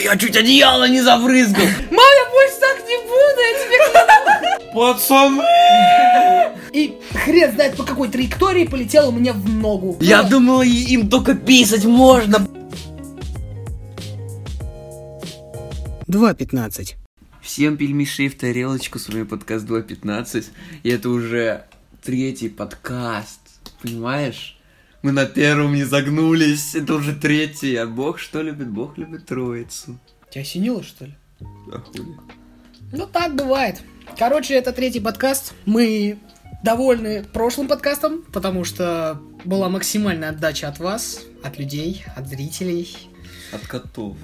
я чуть одеяло не забрызгал. Мам, я больше так не буду, я тебе Пацаны! И хрен знает по какой траектории полетел у меня в ногу. Я думал, и- им только писать можно. 2.15. Всем пельмешей в тарелочку, с вами подкаст 2.15. И это уже третий подкаст, понимаешь? Мы на первом не загнулись, это уже третий. А Бог что любит? Бог любит троицу. Тебя осенило, что ли? А хули? Ну так бывает. Короче, это третий подкаст. Мы довольны прошлым подкастом, потому что была максимальная отдача от вас, от людей, от зрителей, От котов.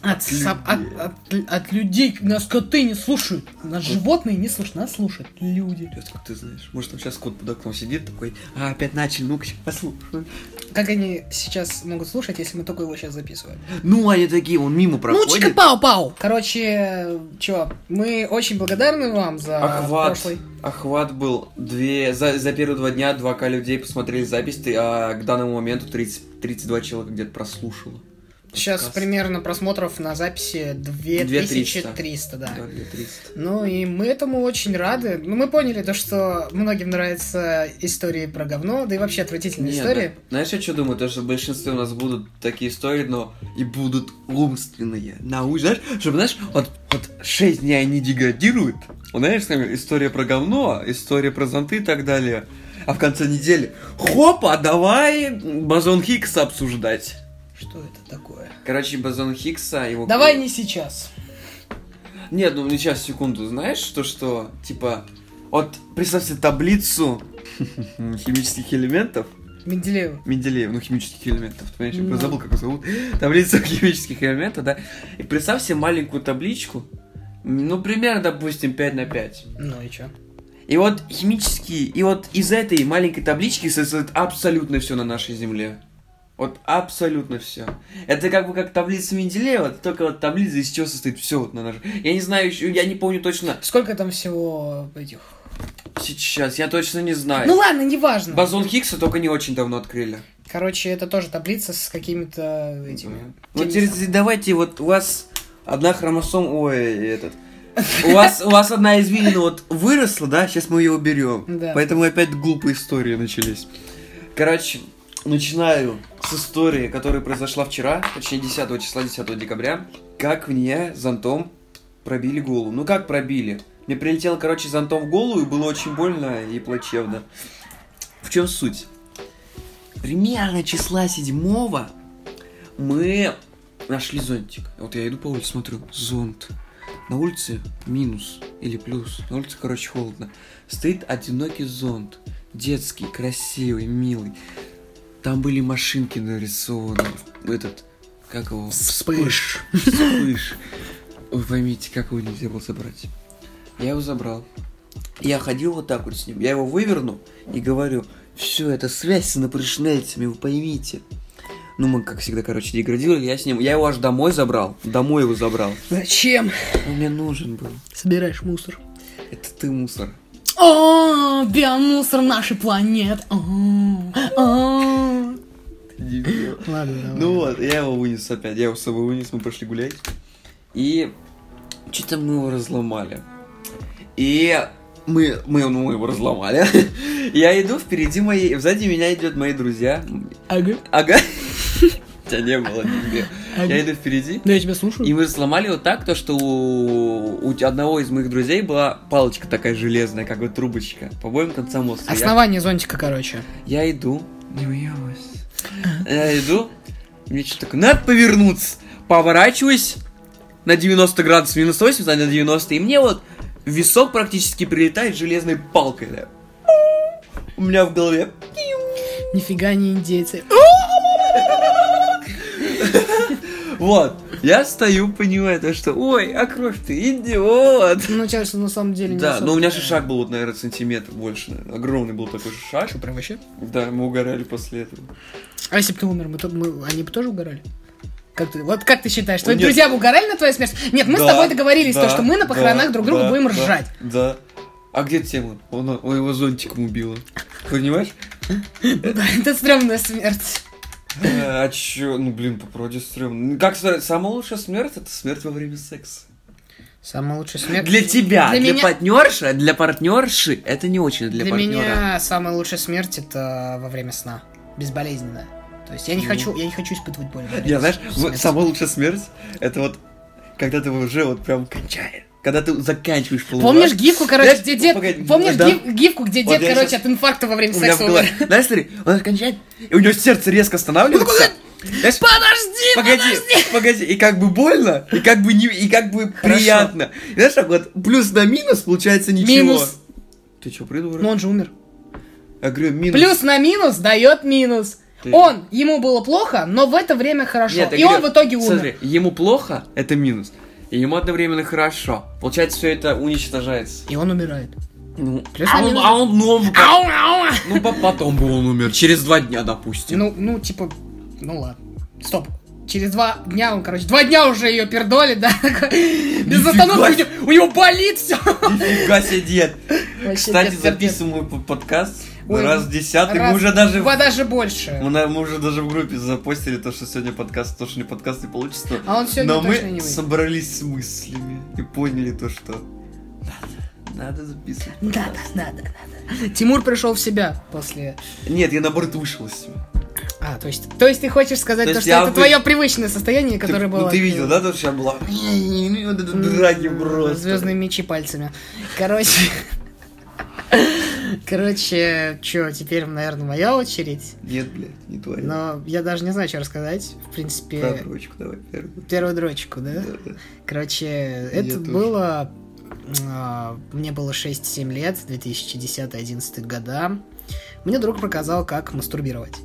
от, со- людей. от- от- от людей. Нас коты не слушают, нас животные не слушают, нас слушают люди. Ребят, как ты знаешь? Может, там сейчас кот под окном сидит такой, а, опять начали, ну-ка, сейчас послушаем. Как они сейчас могут слушать, если мы только его сейчас записываем? Ну, они такие, он мимо Мучка проходит. пау-пау! Короче, чё, мы очень благодарны вам за Охват. прошлый... Охват был две за, за первые два дня 2К людей посмотрели запись, ты- а к данному моменту 30, 32 человека где-то прослушало. Сейчас Подкаст. примерно просмотров на записи 2300, 2300, да. Да, где 30. Ну и мы этому очень рады. Ну мы поняли то, что многим нравятся истории про говно, да и вообще отвратительные Не, истории. да. Знаешь, я что думаю? То, что в большинстве у нас будут такие истории, но и будут умственные. Науч, знаешь, чтобы, знаешь, вот, вот 6 дней они деградируют. Вот Знаешь, там история про говно, история про зонты и так далее. А в конце недели, хопа, давай Базон Хиггса обсуждать. Что это такое? Короче, Базон Хиггса, его... Давай не сейчас. Нет, ну сейчас, секунду, знаешь, то, что, типа, вот представь себе таблицу химических элементов, Менделеев. Менделеев, ну, химических элементов, ты понимаешь, я Ну. просто забыл, как его зовут, таблицу химических элементов, да, и представь себе маленькую табличку, ну, примерно, допустим, 5 на 5. Ну и чё? И вот химические, и вот из этой маленькой таблички состоит абсолютно все на нашей Земле. Вот абсолютно все. Это как бы как таблица Менделеева, только вот таблица из чего состоит все вот на нашей. Я не знаю, ещё- я не помню точно. Сколько там всего этих? Сейчас, я точно не знаю. Ну ладно, неважно. Бозон Хиггса только не очень давно открыли. Короче, это тоже таблица с какими-то этими... Ну, теми теперь давайте, вот у вас одна хромосом... Ой, этот... У вас, у вас одна извилина вот выросла, да? Сейчас мы ее уберем. Да. Поэтому опять глупые истории начались. Короче, начинаю с истории, которая произошла вчера, точнее 10 числа, 10 декабря. Как мне зонтом пробили голову. Ну как пробили? Мне прилетело, короче, зонтом в голову, и было очень больно и плачевно. В чем суть? Примерно числа 7 мы нашли зонтик. Вот я иду по улице, смотрю, зонт. На улице минус или плюс. На улице, короче, холодно. Стоит одинокий зонт. Детский, красивый, милый. Там были машинки нарисованы. Этот, как его? Вспыш. Вспыш. Вы поймите, как его нельзя было забрать. Я его забрал. Я ходил вот так вот с ним. Я его выверну и говорю, все, это связь с напришнельцами, вы поймите. Ну, мы, как всегда, короче, деградировали, я с ним. Я его аж домой забрал. Домой его забрал. Зачем? Он мне нужен был. Собираешь мусор. Это ты мусор. О, биомусор нашей планеты. О, о. Дебил. Ладно, давай. Ну вот, я его вынес опять. Я его с собой вынес, мы пошли гулять. И что-то мы его разломали. И мы, мы, ну, мы его разломали. Я иду впереди мои, сзади меня идет мои друзья. Ага. Ага. Тебя не было нигде. Я иду впереди. Ну я тебя слушаю. И мы сломали вот так, то, что у, у одного из моих друзей была палочка такая железная, как бы трубочка, по обоим концам острая. Я- Основание зонтика, короче. я иду. Не уёбывайся. Я иду. Мне что такое? Надо повернуться. Поворачиваюсь на 90 градусов, минус 80, а на 90. И мне вот в висок практически прилетает железной палкой. да. У меня в голове. Нифига не индейцы. Вот. Я стою, понимаю то, что... Ой, Акрош, ты идиот. Ну, сейчас на самом деле не Да, особо но у меня такая. шишак был, вот, наверное, сантиметр больше. наверное. Огромный был такой шишак. Что, прям вообще? Да, мы угорали после этого. А если бы ты умер, мы, то- мы- они бы тоже угорали? Как ты, вот как ты считаешь, твои Ну, Нет. друзья бы угорали на твою смерть? Нет, мы с Да, тобой договорились, то, да, что мы на да, похоронах друг друга да, будем да, ржать. Да. А где тема? Он, он его зонтиком убила. Понимаешь? Ну да, это стрёмная смерть. Э, А чё? Ну, блин, по проде стрёмно. Ну, Как сказать, самая лучшая смерть — это смерть во время секса. Самая лучшая смерть... Для тебя, Для для, меня- партнерши, для партнерши это не очень для, Для, партнера. меня самая лучшая смерть это во время сна. Безболезненная. То есть я не Ну. хочу, я не хочу испытывать боль. во время Я, знаешь, с- вот смерти. самая лучшая смерть — это вот, когда ты уже вот прям кончаешь. Когда ты заканчиваешь полумрак. Помнишь гифку, короче, Знаешь, ну, где дед... погоди, помнишь да. гиф- гифку, где Вот дед, я короче, щас- от инфаркта во время У меня в секса умер? голове. Знаешь, смотри, он кончает, и у него сердце резко останавливается. Знаешь, Подожди, Погоди, подожди! погоди, и как бы больно, и как бы не, и как бы Хорошо. приятно. И знаешь, так вот плюс на минус получается ничего. Минус. Ты что, придурок? Но он же умер. Я говорю, минус. Плюс на минус дает минус. Ты- Он, ему было плохо, но в это время хорошо. Нет, я И он говорю, в итоге умер. Смотри, ему плохо, это минус. И ему одновременно хорошо. Получается, все это уничтожается. И он умирает. Ну, Плюс а, на он, минус. а он, ну, он- Ау, ау. ну, по- потом бы он умер. Через два дня, допустим. Ну, ну, типа, ну ладно. Стоп. Через два дня он, короче, два дня уже ее пердоли, да? Без Нифига остановки. У себе. него- У него болит все. Нифига себе, дед. Кстати, записываем мой подкаст Ой, раз в десятый. раз- Мы уже даже... Два даже больше. Мы, на- мы уже даже в группе запостили то, что сегодня подкаст, то, что не подкаст не получится. А он сегодня Но мы точно не выйдет. собрались с мыслями и поняли то, что надо, надо записывать. Надо, надо, надо. Тимур пришел в себя после... Нет, я наоборот вышел из себя. А, то есть, то есть ты хочешь сказать, То то, есть что я это бы- твое привычное состояние, которое ты, было... Ну ты видел, да, то, что я была... Вот это драки просто. Звездные мечи пальцами. Короче... Короче, что, теперь, наверное, моя очередь. Нет, блядь, не твоя. Но я даже не знаю, что рассказать. В принципе, Про дрочку давай первую. первую дрочку, да? Да. Короче, это тоже. было... а, Мне было 6-7 лет, 2010-2011 года. Мне друг показал, как мастурбировать.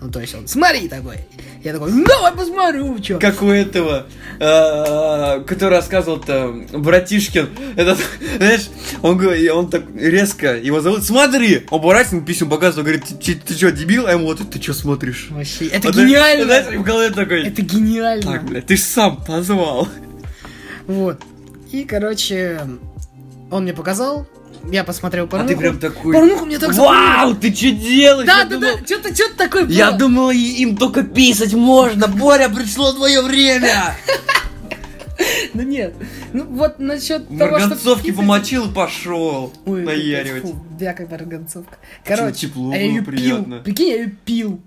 Ну, то есть он, смотри такой. Я такой, ну, давай посмотрю, чё. Как у этого, а, который рассказывал-то братишкин, этот, знаешь, он, говорит- он так резко его зовут, смотри, он поворачивается, ему писем показывает, говорит, ты, че- ты что, дебил? А ему вот, ты что смотришь? Вообще, это Вот, гениально! Знаешь, и в голове такой, Это гениально! так, блядь, ты же сам позвал. Вот. И, короче, он мне показал, я посмотрел порнуху. А такой, Порнуху мне так запомнилось. вау, ты что делаешь? Да, Я да, думал- да, что-то, что-то такое было. Я думал, и- им только писать можно. Боря, пришло твое время. Ну нет. Ну вот насчет того, что... типа- Марганцовки помочил и пошел Ой, ой, ой, наяривать. фу, да, как марганцовка. Короче, тепло а я было, ее приятно. пил. Прикинь, я ее пил.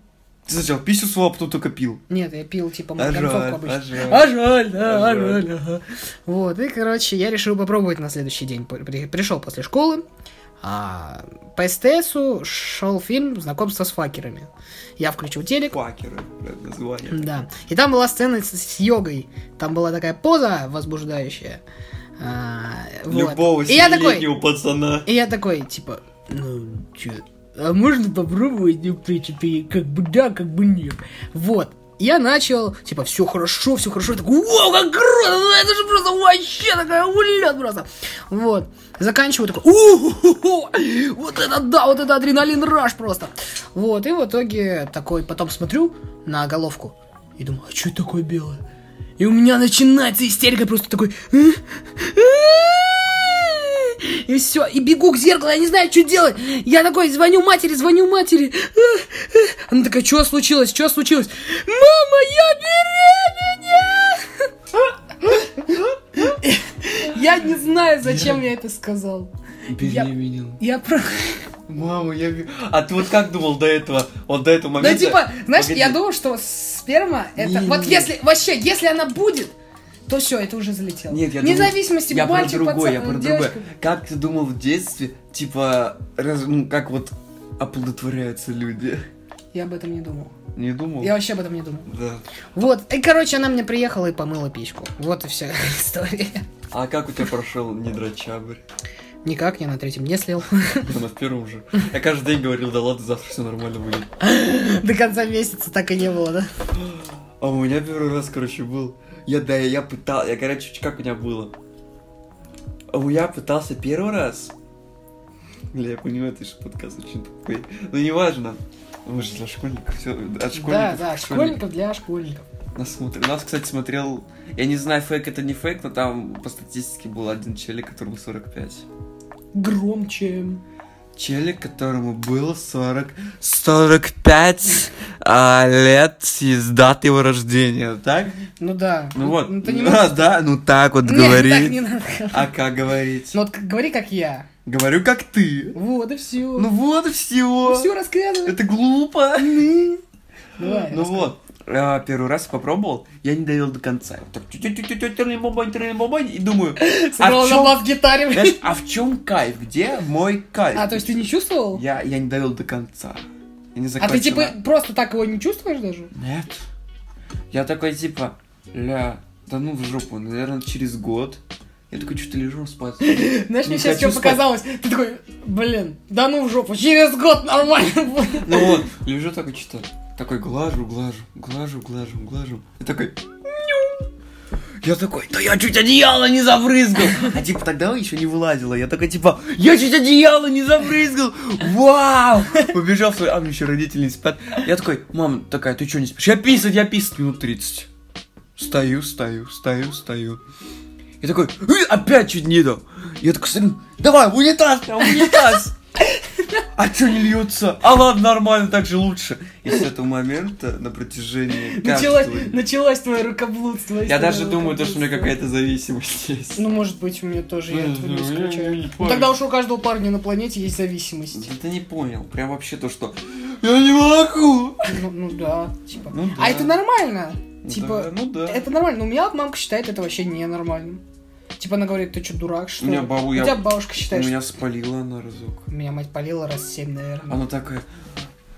Ты сначала писю свал, а потом только пил. Нет, я пил типа А жаль, марганцовку а обычно. жаль. А жаль, да, А а жаль. жаль, ага. Вот, и, короче, я решил попробовать на следующий день. П- при- Пришел после школы, а по СТСу шел фильм «Знакомство с факерами». Я включил телек, Пакеры, блядь, название. да, и там была сцена с, с йогой. Там была такая поза возбуждающая. А, вот. Любого и я такой, семилетнего пацана. И я такой, типа, ну, чё, а можно попробовать, ну, в принципе, как бы да, как бы нет. Вот. Я начал, типа, все хорошо, все хорошо. Я такой, вау, как круто, ну, это же просто вообще такая улет просто. Вот. Заканчиваю такой, у вот это да, вот это адреналин раш просто. Вот, и в итоге такой, потом смотрю на головку и думаю, а что такое белое? И у меня начинается истерика, просто такой... «Э? И все, и бегу к зеркалу, я не знаю, что делать. Я такой, звоню матери, звоню матери. Она такая, что случилось, что случилось? Мама, я беременна! Я не знаю, зачем я это сказал. Беременен. Я про... Мама, я... бе- А ты вот как думал до этого? Вот до этого Ну, момента... типа, знаешь, Погоди. я думал, что сперма, это... Не-не-не. Вот если, вообще, если она будет, то все, это уже залетело. Нет, я Вне думал- зависимости, я про мальчик, другое, пацан, я про девочка. другое. Как ты думал в детстве, типа, раз- ну, как вот оплодотворяются люди? Я об этом не думал. Не думал? Я вообще об этом не думал. Да. Вот, и, короче, она мне приехала и помыла пичку. Вот и вся история. А как у тебя прошел недрочабрь? Никак, я на третьем не слил. Она в первом же. Я каждый день говорил, да ладно, завтра все нормально будет. До конца месяца так и не было, да? А у меня первый раз, короче, был. Я, да, я пытал, я, короче, как у меня было? А у я пытался первый раз. Бля, я понимаю, ты же подкаст очень тупой. Ну, неважно. Мы же для школьников, все, от школьников. Да, к да, школьникам. школьников для школьников. Нас смотрят. Нас, кстати, смотрел... Я не знаю, фейк это не фейк, но там по статистике был один челик, которому 45. Громче. Челик, которому было 40... 45 а, лет с даты его рождения, так? Ну да. Ну вот. Ну, ты не А, можешь- да, ну так вот Не, говори. так не надо. А как говорить? Ну вот как- говори, как я. Говорю, как ты. Вот и все. Ну вот и всего. все рассказывай. Это глупо. Давай, Ну вот. а, Первый раз попробовал, я не доел до конца. Вот Так, тю-тю-тю-тю, терлин-бобань, терлин-бобань, и думаю, а Сыграл в на чем, бас-гитаре. знаешь, а в чем кайф? Где мой кайф? А, то есть ты не чувствовал? Я, я не довел до конца. Я не А закончил. ты типа просто так его не чувствуешь даже? Нет. Я такой типа, ля, да ну в жопу, наверное, через год. Я такой, что-то лежу спать. Знаешь, Не мне сейчас хочу что спать. показалось? Ты такой, блин, да ну в жопу, через год нормально будет. Ну вот, лежу такой, что-то, такой глажу, глажу, глажу, глажу, глажу. И такой, «Ню». я такой, да я чуть одеяло не забрызгал. А типа тогда еще не вылазила. Я такой типа, я чуть одеяло не забрызгал. Вау! Побежал в свой, а мне еще родители не спят. Я такой, мама такая, ты что не спишь? Я писать, я писать минут 30. Стою, стою, стою, стою. Я такой, «Э, опять чуть не дал. Я такой, смотрю, давай, в унитаз, прям, в унитаз. А чё не льется? А ладно, нормально, так же лучше. И с этого момента на протяжении Началось, каждого- началось твое рукоблудство. Я история даже думаю, то, что у меня рукоблудства. какая-то зависимость есть. Ну, может быть, у меня тоже, я Ну, этого ну, не я- я не исключаю. Ну, понял. тогда уж у каждого парня на планете есть зависимость. Да ты не понял, прям вообще то, что я не могу. Ну, ну да, типа. Ну да. А это нормально. Ну да, Типа, ну да. это нормально. Но у меня вот мамка считает это вообще ненормальным. Типа она говорит, ты что, дурак, что У меня ли?» бабу- я- Хотя бабушка считает, У что... меня спалила она разок. Меня мать палила раз семь, наверное. Она такая,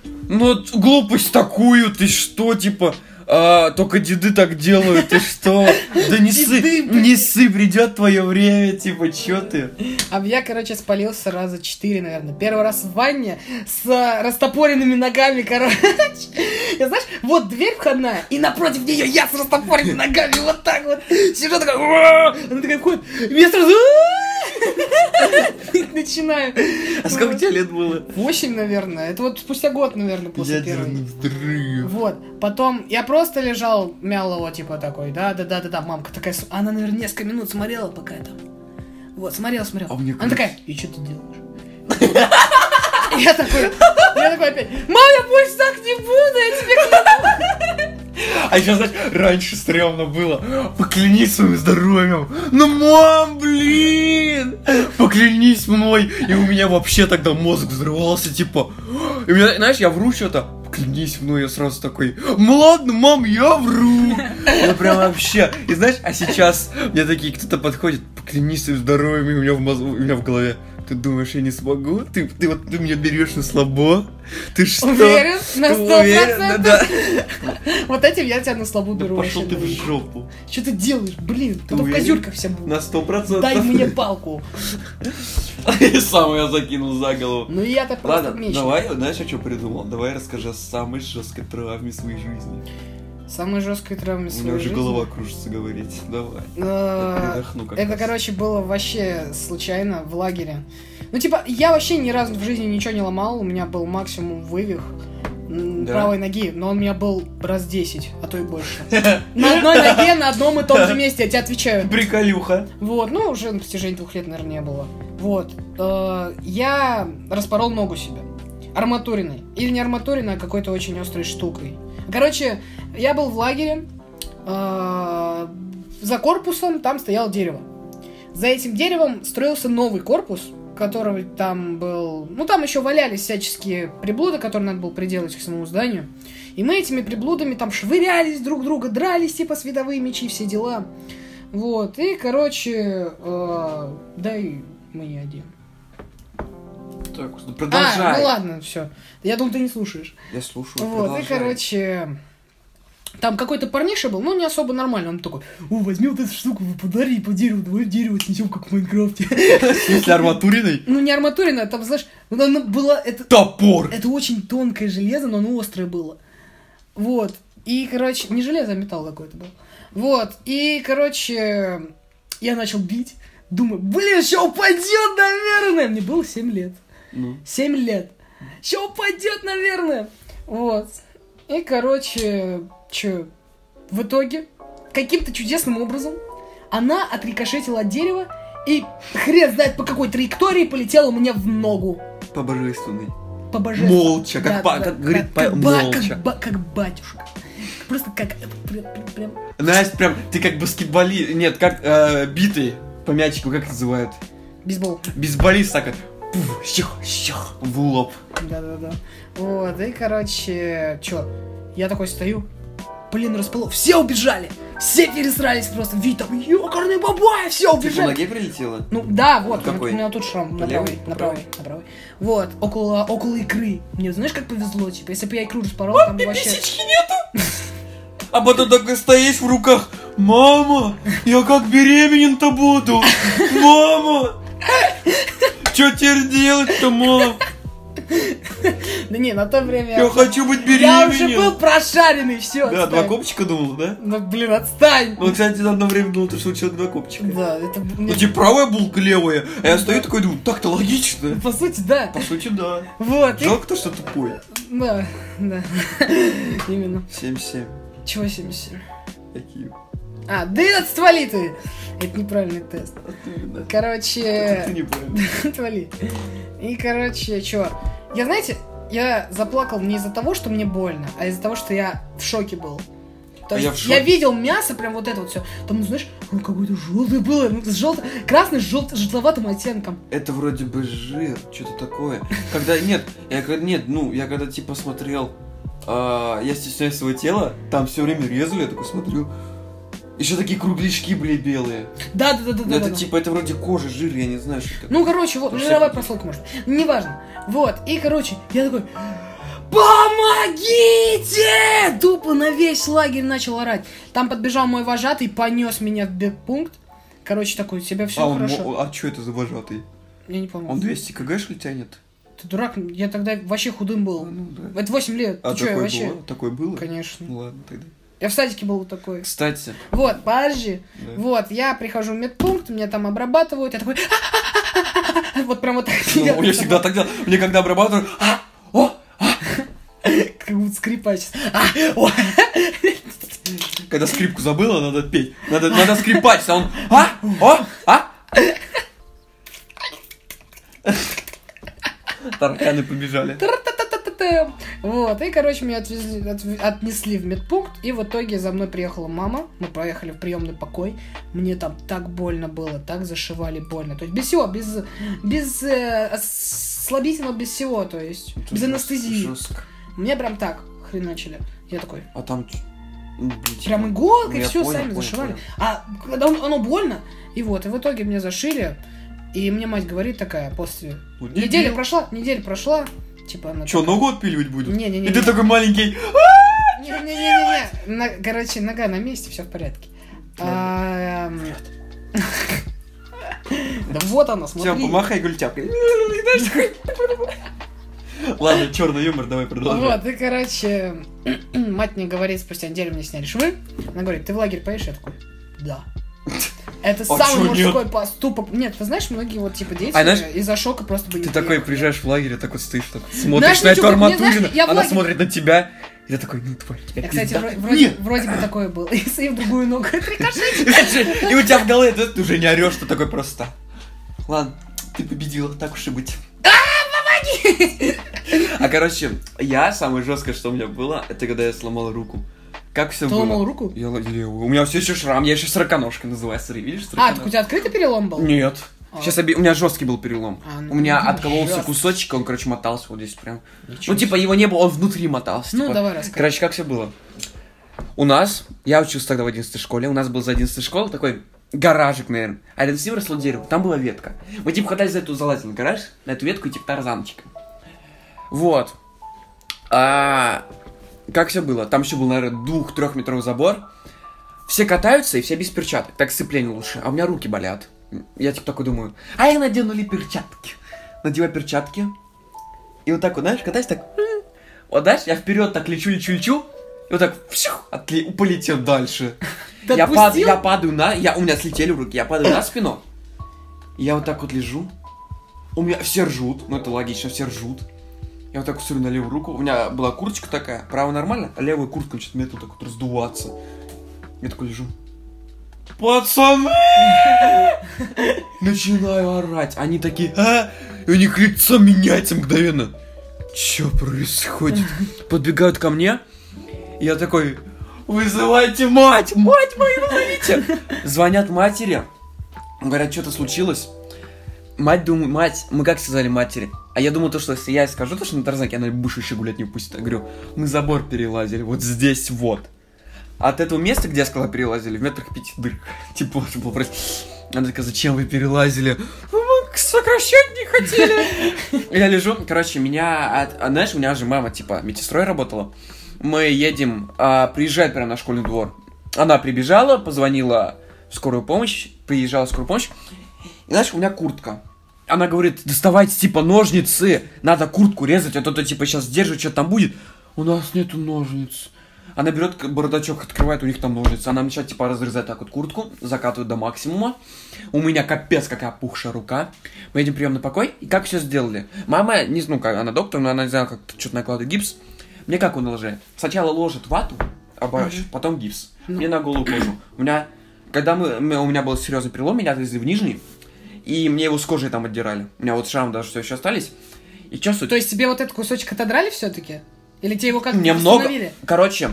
ну вот глупость такую, ты что, типа, а, только деды так делают, ты что? Да не сы, Деды, блин. не сы, придет твое время, типа, чё ты? А я, короче, спалился раза четыре, наверное. Первый раз в ванне с а, растопоренными ногами, короче. Я, знаешь, вот дверь входная, и напротив нее я с растопоренными ногами вот так вот. Сижу такая, «Уа!» она такая входит, и я сразу «Уа!» начинаю. А сколько тебе лет было? Восемь, наверное. Это вот спустя год, наверное, после первой. Ядерный взрыв. Вот, потом я просто лежал, мял его, типа, такой, да-да-да-да-да, мамка такая, с- она, наверное, несколько минут смотрела, пока я там, вот, смотрела, смотрела, А мне она кажется- такая, и что ты делаешь? Я такой, я такой опять, мам, я больше так не буду, я тебе А еще, знаешь, раньше стрёмно было. Поклянись своим здоровьем. Ну, мам, блин! Поклянись мной. И у меня вообще тогда мозг взрывался, типа... И у меня, знаешь, я вру что-то. Поклянись мной, я сразу такой, «Ну ладно, мам, я вру. Я прям вообще. И знаешь, а сейчас мне такие, кто-то подходит, поклянись своим здоровьем, и у меня в, мозгу- у меня в голове, ты думаешь, я не смогу? Ты, ты вот ты меня берешь на слабо? Ты что? Уверен? На Ты уверен? Да, да. 100%? Вот этим я тебя на слабу Да беру. пошел ты в жопу. Что ты делаешь, блин, потом в уверен? Ну, козюрках всем буду. На сто процентов. Дай мне палку. Сам я закинул за голову. Ну я-то просто Ладно, мечник. давай, знаешь, я что придумал? Давай расскажи о самой жесткой травме своей жизни. Самые жесткие травмы У своей меня уже жизни. голова кружится говорить. Давай. Я Э, передохну как Это, раз. короче, было вообще случайно в лагере. Ну, типа, я вообще ни разу в жизни ничего не ломал, у меня был максимум вывих м, Да. правой ноги, но он у меня был раз 10, а то и больше. На одной ноге, на одном и том же месте, я тебе отвечаю. Приколюха. Вот, ну, уже на протяжении двух лет, наверное, не было. Вот. Э, Я распорол ногу себе. Арматуриной. Или не арматуриной, а какой-то очень острой штукой. Короче, я был в лагере. э, За корпусом там стояло дерево. За этим деревом строился новый корпус, который там был... Ну, там еще валялись всяческие приблуды, которые надо было приделать к самому зданию. И мы этими приблудами там швырялись друг друга, дрались, типа, световые мечи, все дела. Вот, и, короче, э, дай мне один. Так, ну А, ну продолжай. ладно, все. Я думал, ты не слушаешь. Я слушаю, Вот, продолжай. и, короче, там какой-то парниша был, ну, не особо нормальный. Он такой, о, возьми вот эту штуку, подари по дереву, давай дерево снесем, как в Майнкрафте. В смысле арматуриной? Ну, не арматурина, там, знаешь, ну, оно было, это, Топор! это очень тонкое железо, но оно острое было. Вот. И, короче, не железо, а металл какой-то был. Вот. И, короче, я начал бить. Думаю, блин, сейчас упадет, наверное. Мне было 7 лет. Ну, 7 лет. Сейчас упадет, наверное. Вот. И, короче, че, в итоге, каким-то чудесным образом, она отрикошетила от дерева и хрен знает по какой траектории полетела мне в ногу. По-божественный. по-божественному. Молча, как ба- как говорит па- ба- как молча. ба- как батюшка. Просто как э, прям, прям- прям Настя, прям, ты как баскетболи... Нет, как э, битый по мячику, как это называют? бейсбол. Бейсболист так вот. Пф, щех, щех, в лоб. Да-да-да. Вот, и, короче, чё, я такой стою, блин, распыло, все убежали, все пересрались просто, Вид там, ёкарный бабай, все Ты по убежали. ноге прилетела? Ну да, вот, у Какой? меня- у меня тут шрам на Левый? правой, на Правый? правой, на правой. Вот, около, около икры. Мне знаешь, как повезло, типа, если бы я икру распорола, там бы вообще... нету! А потом такой стоишь в руках. Мама, я как беременен-то буду. Мама! Что теперь делать-то, мам? Да не, на то время... Я хочу быть Я уже был беременен. прошаренный, все. Да, два копчика думал, да? Ну, блин, отстань. Ну, кстати, на одно время думал, что у человека два копчика. Да, это... мне- Ну, типа правая булка, левая. А я стою такой, думаю, так-то логично. По сути, да. По сути, да. Вот, и- Жалко то, что тупой. Да, да. Именно. 7-7. Чего 77? Какие? А, да и отствали ты! Это неправильный тест. Оттуда. Это Короче... неправильно. Отвали. И, короче, чё? Я, знаете, я заплакал не из-за того, что мне больно, а из-за того, что я в шоке был. То А есть я я, в шоке. видел мясо, прям вот это вот все. Там, ну, знаешь, оно какое-то желтое было, ну, с желто... красный с желто... желтоватым оттенком. Это вроде бы жир, что-то такое. Когда нет, я когда нет, ну я когда типа смотрел, а, я стесняюсь своего тела, там все время резали, я такой смотрю, еще такие круглячки были белые. Да, да, да, да, Но да. это да. типа это вроде кожа, жир, я не знаю что это. Ну, короче, вот, Ну, жировая всякие. прослойка, может. Неважно. Вот, и, короче, я такой... Помогите! Тупо на весь лагерь начал орать. Там подбежал мой вожатый, понес меня в бедпункт. Короче, такой, у тебя все а он, хорошо. мо- а что это за вожатый? Я не помню. Он 200 кг что ли тянет? Ты дурак, я тогда вообще худым А, был. ну да. Это 8 лет. А Ты чё, я такое вообще? было? Такое было? Конечно. Ну ладно тогда. Я в садике был такой. Кстати, Вот, подожди. да. Вот, я прихожу в медпункт, меня там обрабатывают, я такой... Вот прям вот так. Ну, я всегда так делал. Мне когда обрабатывают, а, о, Как будто скрипач. А, о. Когда скрипку забыла, надо петь. Надо, надо скрипать, а он... А? О? А? Тарканы побежали. Тра-та-та-та-та-та. Вот, и, короче, меня отвезли, отв- отнесли в медпункт, и в итоге за мной приехала мама, мы проехали в приемный покой, мне там так больно было, так зашивали больно, то есть без всего, без, без э, с- слабительного, без всего, то есть без анестезии. Жестко. Мне прям так хреначили. Я такой, А там... ч- ну, блин, прям типа, иголкой ну, я все понял, сами понял, зашивали. понял. А когда он- оно больно, и вот, и в итоге мне зашили, и мне мать говорит такая после... Ну, не- Неделя прошла, неделя прошла, типа она... Чё, ногу отпиливать будут? Не-не-не. И ты такой маленький... Не-не-не-не-не. На- Короче, нога на месте, все в порядке. Ам. Да вот она, Всё, смотри. помахай гультяпкой. И знаешь, такой- Ладно, черный юмор, давай продолжай. Вот, и, короче, мать мне говорит, спустя неделю мне сняли швы. Она говорит, ты в лагерь поешь? Я такой, да. Это А самый чё нет? мужской поступок. Нет, ты знаешь, многие вот типа дети А знаешь, из-за шока просто бы не Ты такой поехали. приезжаешь в лагерь, и так вот стоишь, так смотришь на знаешь, эту ничего, мне, знаешь, арматурину, я в она лагерь- смотрит на тебя, и ты такой, ну тварь, я Я, кстати, пизда- вро- вроде, Нет! вроде бы такое было. Если в другую ногу отрикошетил. И у тебя в голове ты, ты уже не орешь, ты такой просто. Ладно, ты победила, так уж и быть. А, Помоги! А короче, я самое жесткое, что у меня было, это когда я сломал руку. Как все Ты было? ломал руку? ну, Я ло- левую. У меня все еще шрам, я еще сороконожка называю, смотри, видишь, А, так у сороконожка? тебя открытый перелом был? Нет. А. Сейчас оби- у меня жесткий был перелом. А, ну, у меня ну, откололся жёст- кусочек, он, короче, мотался вот здесь прям. Ничего ну, типа, его не было, он внутри мотался. Ну, типа. давай рассказывай. Короче, как все было? У нас, я учился тогда в 11 школе, у нас был за 11 школ такой гаражик, наверное. А рядом с ним росло дерево, там была ветка. Мы, типа, катались за эту, залазили на гараж, на эту ветку и, типа, тарзаночка. Вот. А, как все было? Там еще был, наверное, двух-трехметровый забор. Все катаются и все без перчаток. Так сцепление лучше. А у меня руки болят. Я типа такой думаю, а я надену ли перчатки? Надеваю перчатки. И вот так вот, знаешь, катаюсь так. м. Вот знаешь, я вперед так лечу, лечу, лечу. И вот так пшух, отле- полетел дальше. Ты Я, пад- отпустил? я падаю на... Я, у меня слетели руки, я падаю на спину. Я вот так вот лежу. У меня все ржут, ну это логично, все ржут. Я вот так вот смотрю на левую руку. У меня была курточка такая, правая нормально, а левая куртка, значит, мне тут так вот раздуваться. Я такой лежу. пацаны! Начинаю орать. Они такие, а? И у них лицо меняется мгновенно. Что происходит? Подбегают ко мне. Я такой, вызывайте мать! Мать мою, вызовите! Звонят матери. Говорят, что-то случилось. Мать думает, мать, мы как сказали матери? А я думал, то, что если я скажу то, что на Тарзаке, она больше еще гулять не пустит. Я говорю, мы забор перелазили, вот здесь вот. От этого места, где я сказала, перелазили, в метрах пяти дыр. Типа, вот было просто... Она такая, зачем вы перелазили? «Ну, Мы сокращать не хотели. Я лежу, короче, меня... От... а Знаешь, у меня же мама, типа, медсестрой работала. Мы едем, а, приезжает прямо на школьный двор. Она прибежала, позвонила в скорую помощь, приезжала в скорую помощь. И знаешь, у меня куртка. Она говорит, доставайте, типа, ножницы, надо куртку резать, а то ты, типа, сейчас держит, что там будет. У нас нету ножниц. Она берет к- бардачок, открывает, у них там ножницы. Она начинает, типа, разрезать так вот куртку, закатывает до максимума. У меня капец какая пухшая рука. Мы едем в приемный покой. И как все сделали? Мама, не знаю, как она доктор, но она не знала, как что-то накладывает гипс. Мне как он наложили? Сначала ложит вату, оборачивает, потом гипс. Мне на голую кожу. У меня, когда мы, м- у меня был серьезный перелом, меня отвезли в Нижний. И мне его с кожей там отдирали. У меня вот шрам даже все еще остались. И что суть? То есть тебе вот этот кусочек отодрали все-таки? Или тебе его как-то Мне много... восстановили? Короче,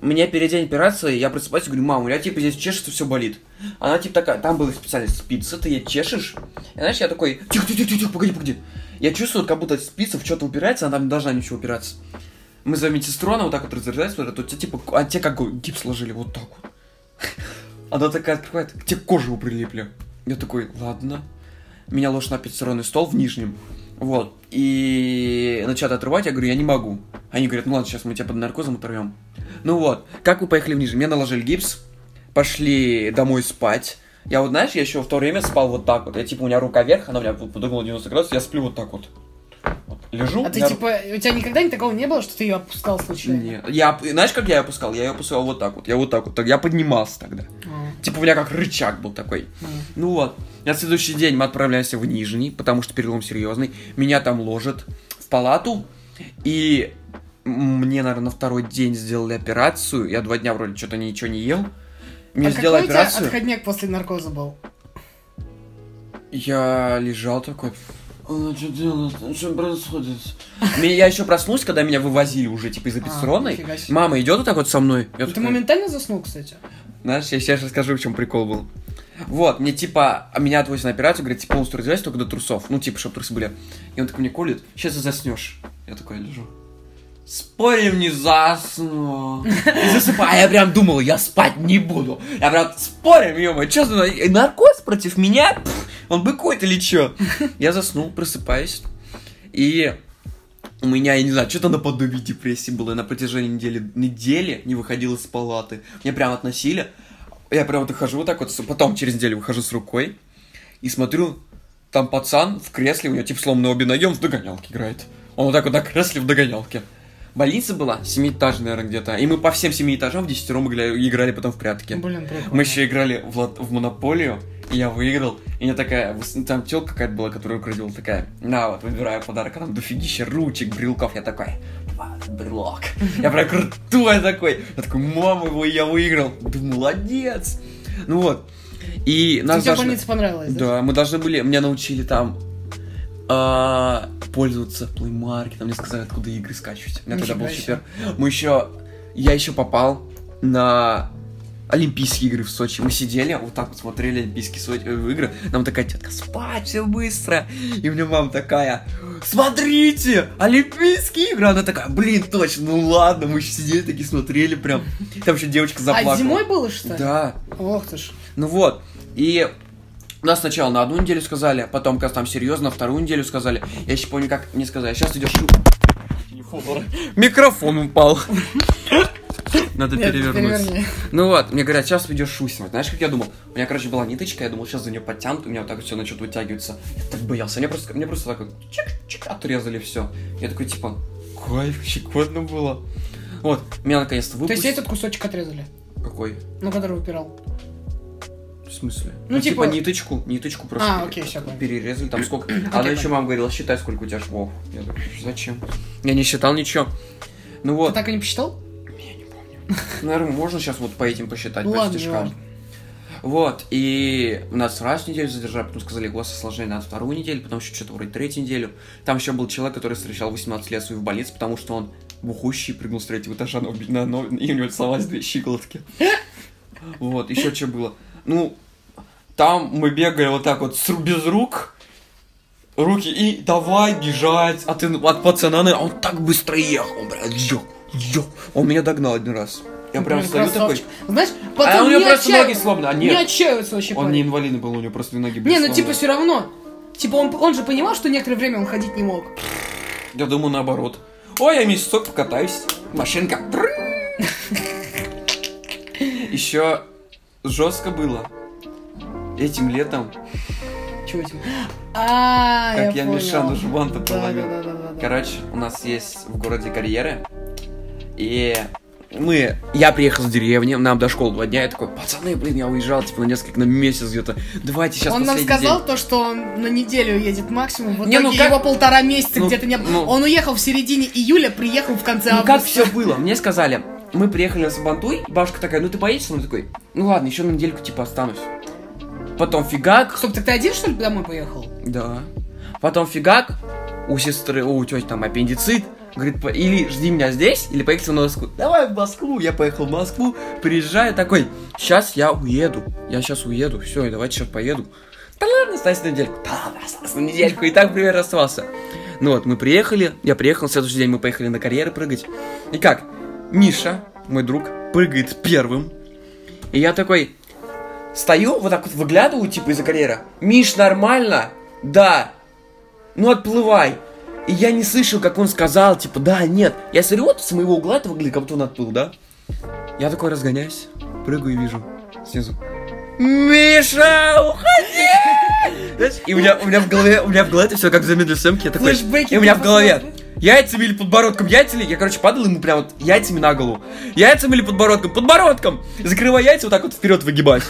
мне перед день операции, я просыпаюсь и говорю, мам, у меня типа здесь чешется, все болит. Она типа такая, там была специальная спица, ты ей чешешь. И знаешь, я такой, тихо, тихо, тихо, тихо, погоди, погоди. Я чувствую, как будто спица в что-то упирается, она там не должна ничего упираться. Мы за медсестру, она вот так вот разрезает, смотрит, тут тебе типа, а тебе как гипс сложили, вот так вот. Она такая открывает, к тебе кожу прилипли. Я такой, ладно. Меня ложь на пятисторонний стол в нижнем. Вот. И начат отрывать, я говорю, я не могу. Они говорят, ну ладно, сейчас мы тебя под наркозом оторвем. Ну вот, как вы поехали в нижний? Мне наложили гипс, пошли домой спать. Я вот, знаешь, я еще в то время спал вот так вот. Я типа, у меня рука вверх, она у меня под под углом 90 градусов, я сплю вот так вот. Вот, Лежу. А у ты меня ру- типа, у тебя никогда не такого не было, что ты ее опускал случайно? Нет. Я, оп- знаешь, как я ее опускал? Я ее опускал вот так вот. Я вот так вот. Так, Я поднимался тогда. А. Типа у меня как рычаг был такой. Ну вот. На следующий день мы отправляемся в Нижний, потому что перелом серьезный. Меня там ложат в палату. И мне, наверное, на второй день сделали операцию. Я два дня вроде что-то ничего не ел. Мне а сделали какой у тебя операцию. отходняк после наркоза был? Я лежал такой. Она что делает? Что происходит? Мне- Я еще проснулся, когда меня вывозили уже, типа, из А, операционной. нифига себе. Мама идет вот так вот со мной. Я ты такой, моментально заснул, кстати? Знаешь, я сейчас расскажу, в чем прикол был. Вот, мне типа, а меня отвозят на операцию, говорит, типа, полностью раздевайся только до трусов. Ну, типа, чтобы трусы были. И он такой мне колет, сейчас ты заснешь. Я такой лежу. Спорим, не засну. И засыпаю. А я прям думал, я спать не буду. Я прям, спорим, ё что за наркоз против меня? Пф, он быкует или что? Я заснул, просыпаюсь. И у меня, я не знаю, что-то наподобие депрессии было. Я на протяжении недели, недели не выходил из палаты. Меня прям относили. Я прям вот хожу вот так вот, с- потом через неделю выхожу с рукой и смотрю, там пацан в кресле, у него типа сломанный обе ноги, он в догонялке играет. Он вот так вот на кресле в догонялке. Больница была семиэтажная, наверное, где-то. И мы по всем семи этажам в десятером играли, играли потом в прятки. Блин, прикольно. Мы еще играли в, лот- в монополию, и я выиграл. И мне такая, выс- там телка какая-то была, которую украдила, такая, на вот, выбираю подарок, а там дофигища ручек, брелков, я такой, «Ва, брелок. Я прям крутой такой. Я такой, мама его, я выиграл. Да молодец. Ну вот. И Тебе нас тебя должны- больница понравилась, да? да, мы должны были, меня научили там а, пользоваться плеймаркетом, мне сказали, откуда игры скачивать. У меня тогда Нифига был себе. чипер. Мы еще, я еще попал на Олимпийские игры в Сочи. Мы сидели, вот так вот смотрели Олимпийские Со- э, игры. Нам такая тетка, спать все быстро. И мне мама такая, смотрите, Олимпийские игры. Она такая, блин, точно, ну ладно. Мы еще сидели такие смотрели прям. Там еще девочка заплакала. А зимой было, что ли? Да. Ох ты ж. Ну вот, и нас сначала на одну неделю сказали, потом, как там серьезно, на вторую неделю сказали. Я еще помню, как мне сказали, сейчас идешь... Микрофон упал. Надо Нет, перевернуть. переверни. Ну вот, мне говорят, сейчас идешь шусимать. Знаешь, как я думал? У меня, короче, была ниточка, я думал, сейчас за нее подтянут, у меня вот так все начнет вытягиваться. Я так боялся. Мне просто, мне просто так вот чик-чик отрезали все. Я такой, типа, кайф, щекотно было. Вот, меня наконец-то То выпустили. есть этот кусочек отрезали? Какой? Ну, который выпирал. В смысле? Ну, типа- ниточку, ниточку просто А, пере- окей, всё, понял. перерезали, там сколько... Она еще понятно. мама говорила, считай, сколько у тебя швов. Я такой, зачем? Я не считал ничего. Ну Ты вот, так и не посчитал? наверное, можно сейчас вот по этим посчитать, по Ладно, стежкам. неважно. Вот, и нас раз неделю задержали, потом сказали, у вас осложнение на вторую неделю, потом еще что-то вроде третью неделю. Там еще был человек, который встречал 18 лет свою в больнице, потому что он бухущий прыгнул с третьего этажа на, на, на- и у него сломались две щиколотки. Вот, еще что было. Ну, там мы бегали вот так вот с, ру- без рук, руки и давай бежать от, ин- от пацана. на- Он так быстро ехал, он прям ё, ё. Он меня догнал один раз. Я прям Блин, стою такой. красавчик. Знаешь, А потом у не него просто отчаив- ноги сломаны. А Не нет, отчаивается вообще он парень. не инвалидный был, у него просто ноги были Не, ну типа сломаны. все равно. Типа он, он же понимал, что некоторое время он ходить не мог. Я думаю, наоборот. Ой, я месяцок покатаюсь. Машинка. Еще жестко было. Этим летом, Чего тебе? А, как я понял. Мишану Жубан-то половил. Да, да, да, да, да. Короче, у нас есть в городе карьеры. И мы... Я приехал с деревни, нам до школы два дня. Я такой, пацаны, блин, я уезжал, типа, на несколько, на месяц где-то. Давайте сейчас он нам последний сказал день». то, что он на неделю едет максимум. В Не, ну итоге как- его полтора месяца Ну, где-то не было. ну. Он уехал в середине июля, приехал в конце Ну как августа. все было? Мне сказали, мы приехали на Сабантуй, и бабушка такая, ну ты поедешь? Он такой, ну ладно, еще на недельку типа останусь. Потом фигак. Стоп, так ты один, что ли, домой поехал? Да. Потом фигак. У сестры, у тети там аппендицит. Говорит, «По- или жди меня здесь, или поехали на Москву. Давай в Москву. Я поехал в Москву, приезжаю такой, сейчас я уеду. Я сейчас уеду, все, давайте сейчас поеду. Да ладно, останься на недельку. Да ладно, останься на недельку. И так примерно оставался. Ну вот, мы приехали, я приехал, в следующий день мы поехали на карьеры прыгать. И как, Миша, мой друг, прыгает первым. И я такой, стою, вот так вот выглядываю, типа, из-за карьера. Миш, нормально? Да. Ну, отплывай. И я не слышал, как он сказал, типа, да, нет. Я смотрю, вот с моего угла это выглядит, как будто он отплыл, да? Я такой разгоняюсь, прыгаю и вижу снизу. Миша, уходи! Знаешь, И у меня, у меня в голове, у меня в голове это все как в замедленной съемке. Я такой, Флешбеки и у меня в голове. просто. Яйцами или подбородком? Яйцами? Я, короче, падал ему прям вот яйцами на голову. Яйцами или подбородком? Подбородком! Закрывай яйца, вот так вот вперед выгибать.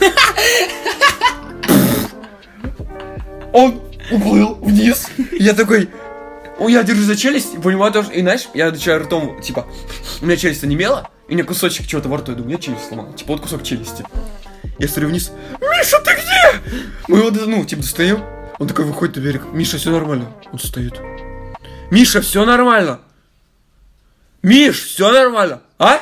Он уплыл вниз. Я такой, «О, я держу за челюсть, и понимаю тоже, и знаешь, я начинаю ртом, типа, у меня челюсть онемела, и у меня кусочек чего-то во рту, я думаю, у меня челюсть сломала, типа, вот кусок челюсти. Я смотрю вниз, Миша, ты где? Мы его, ну, типа, достаем, он такой выходит на берег, Миша, все нормально, он встает. Миша, все нормально. Миш, все нормально, а?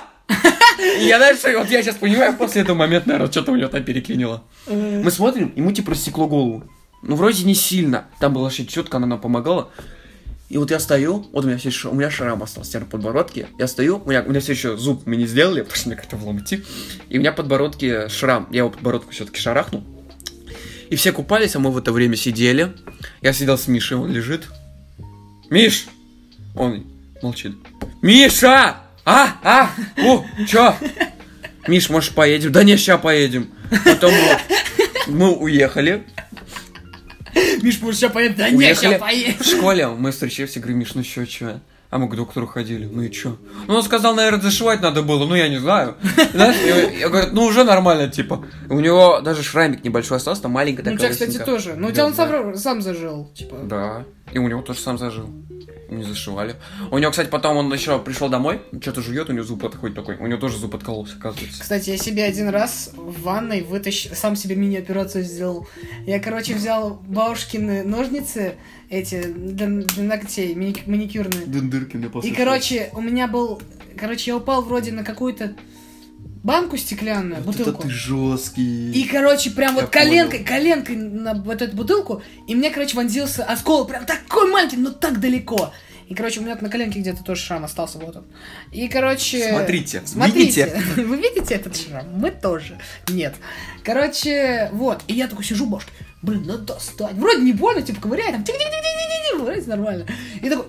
И я дальше, вот я сейчас понимаю, после этого момента, наверное, что-то у него там переклинило. Мы смотрим, ему типа рассекло голову. Ну, вроде не сильно. Там была щетка, она нам помогала. И вот я стою, вот у меня все еще, у меня шрам остался теперь на подбородке. Я стою, у меня, у меня все еще зуб мне не сделали, потому что мне как-то влом идти. И у меня подбородке шрам, я его подбородку все-таки шарахнул. И все купались, а мы в это время сидели. Я сидел с Мишей, он лежит. Миш! Он молчит. Миша! А? А? О, чё? Миш, может, поедем? Да не, ща поедем. Потом мы, мы уехали. Миш, может, сейчас поедет? Да нет, Уехали. сейчас поедет. В школе мы встречались, я говорю, Миш, ну чё, чё? А мы к доктору ходили, ну и чё? Ну, он сказал, наверное, зашивать надо было, ну я не знаю. Знаешь, и я говорю, ну уже нормально, типа. У него даже шрамик небольшой остался, там маленькая Ну, такая у тебя, кстати, лысинка. тоже. Ну, у Да, тебя он да. сам, сам зажил, типа. Да. И у него тоже сам зажил. Не зашивали. У него, кстати, потом он еще пришел домой, что-то жует, у него зуб подходит такой. У него тоже зуб откололся, оказывается. Кстати, я себе один раз в ванной вытащил, сам себе мини-операцию сделал. Я, короче, взял бабушкины ножницы, эти, для, для ногтей, мини- маникюрные. Дендырки на И, короче, у меня был... Короче, я упал вроде на какую-то банку стеклянную, бутылку. жесткий. И, короче, прям Я вот коленкой, коленкой на вот эту бутылку, и мне, короче, вонзился оскол, прям такой маленький, но так далеко. И, короче, у меня на коленке где-то тоже шрам остался, вот он. И, короче... Смотрите, Смотрите. Вы видите этот шрам? Мы тоже. Нет. Короче, вот. И я такой сижу, башки, блин, надо достать. Вроде не больно, типа, ковыряю, там, тик тик тик тик тик вроде нормально. И такой,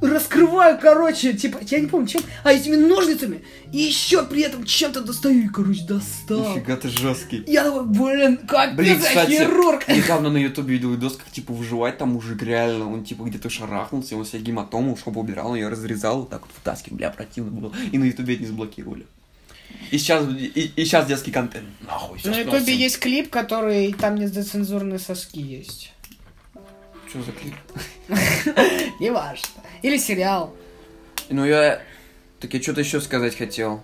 раскрываю, короче, типа, я не помню, чем, а этими ножницами, и еще при этом чем-то достаю, и, короче, достал. Нифига ты жесткий. Я такой, блин, как Блин, ты кстати, хирург? Недавно на ютубе видел видос, как типа выживать там мужик реально. Он типа где-то шарахнулся, и он себе гематому, чтобы убирал, он ее разрезал, вот так вот вытаскивал, бля, противно было. И на ютубе это не заблокировали. И сейчас, и, и сейчас детский контент. Нахуй, сейчас На ютубе есть клип, который там нецензурные соски есть. Что за клип? Неважно. Или сериал. Ну я... Так я что-то еще сказать хотел.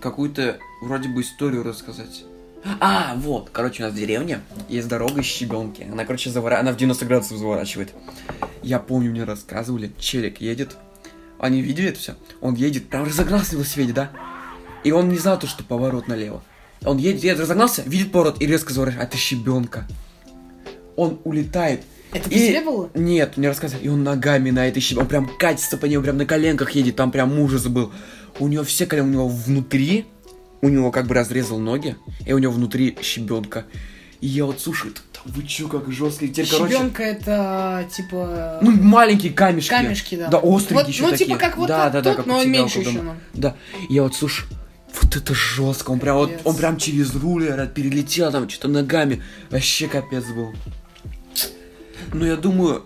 Какую-то вроде бы историю рассказать. А, вот, короче, у нас в деревне есть дорога из щебенки. Она, короче, завора... она в 90 градусов заворачивает. Я помню, мне рассказывали, челик едет. Они видели это все? Он едет, прям разогнался на велосипеде, да? И он не знал то, что поворот налево. Он едет, едет, разогнался, видит поворот и резко заворачивает. А это щебенка. Он улетает. Это И- при тебе было? Нет, мне рассказывали. И он ногами на этой щебенке. Он прям катится по нему, прям на коленках едет. Там прям ужас был. У него все колен, у него внутри, у него как бы разрезал ноги, и у него внутри щебенка. И я вот, слушай, т- да вы чё, как жестко. Теперь, короче, Щебенка это типа... ну, маленькие камешки. Камешки, да. Да, острые Вот- еще ну, такие. типа как вот да, тот, да, да, тот, как но у он тебя меньше около еще, дома. Да. И я вот, слушай, вот это жестко. Он прям, вот, Капец. он прям через руль говорят, перелетел там что-то ногами. Вообще капец был. Но я думаю,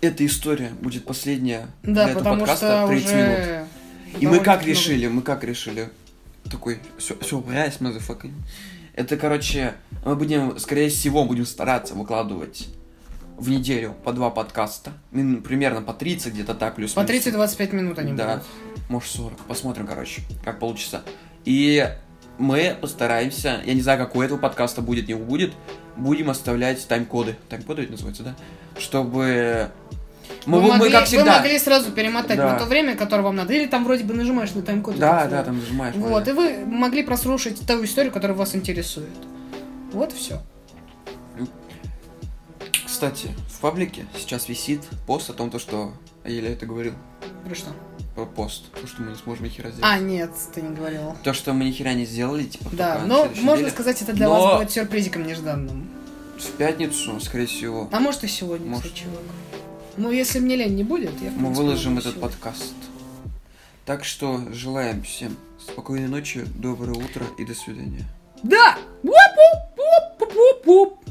эта история будет последняя Да, для этого потому подкаста что 30 минут. уже... И мы довольно как много. решили, мы как решили. Такой, все, все, блядь, motherfucker. Это, короче, мы будем, скорее всего, будем стараться выкладывать в неделю по два подкаста. Мин- Примерно по 30, где-то так, плюс По 30-25 минут они Да. будут. Может, 40. Посмотрим, короче, как получится. И мы постараемся, я не знаю, как у этого подкаста будет, не будет, будем оставлять тайм-коды. Тайм-коды ведь называется, да? Чтобы... Мы, вы, мы могли, как вы всегда... могли сразу перемотать Да. на то время, которое вам надо. Или там вроде бы нажимаешь на тайм-код. и Да, так да, далее. там нажимаешь. Вот, и вы могли прослушать ту историю, которая вас интересует. Вот и все. Кстати, в паблике сейчас висит пост о том, то, что я еле это говорил. Про что? Про пост. То, что мы не сможем ни хера сделать. А, нет, ты не говорил. То, что мы ни хера не сделали, типа, А. Да, пока на но следующей можно неделе. сказать, это для Но- вас будет сюрпризиком нежданным. В пятницу, скорее всего, А может и сегодня, Может. кстати, чувак. Ну, если мне лень не будет, я в мы принципе, выложим могу этот сегодня. подкаст. Так что желаем всем спокойной ночи, доброе утро и до свидания. Да! Уап-уп-уп-уп-уп.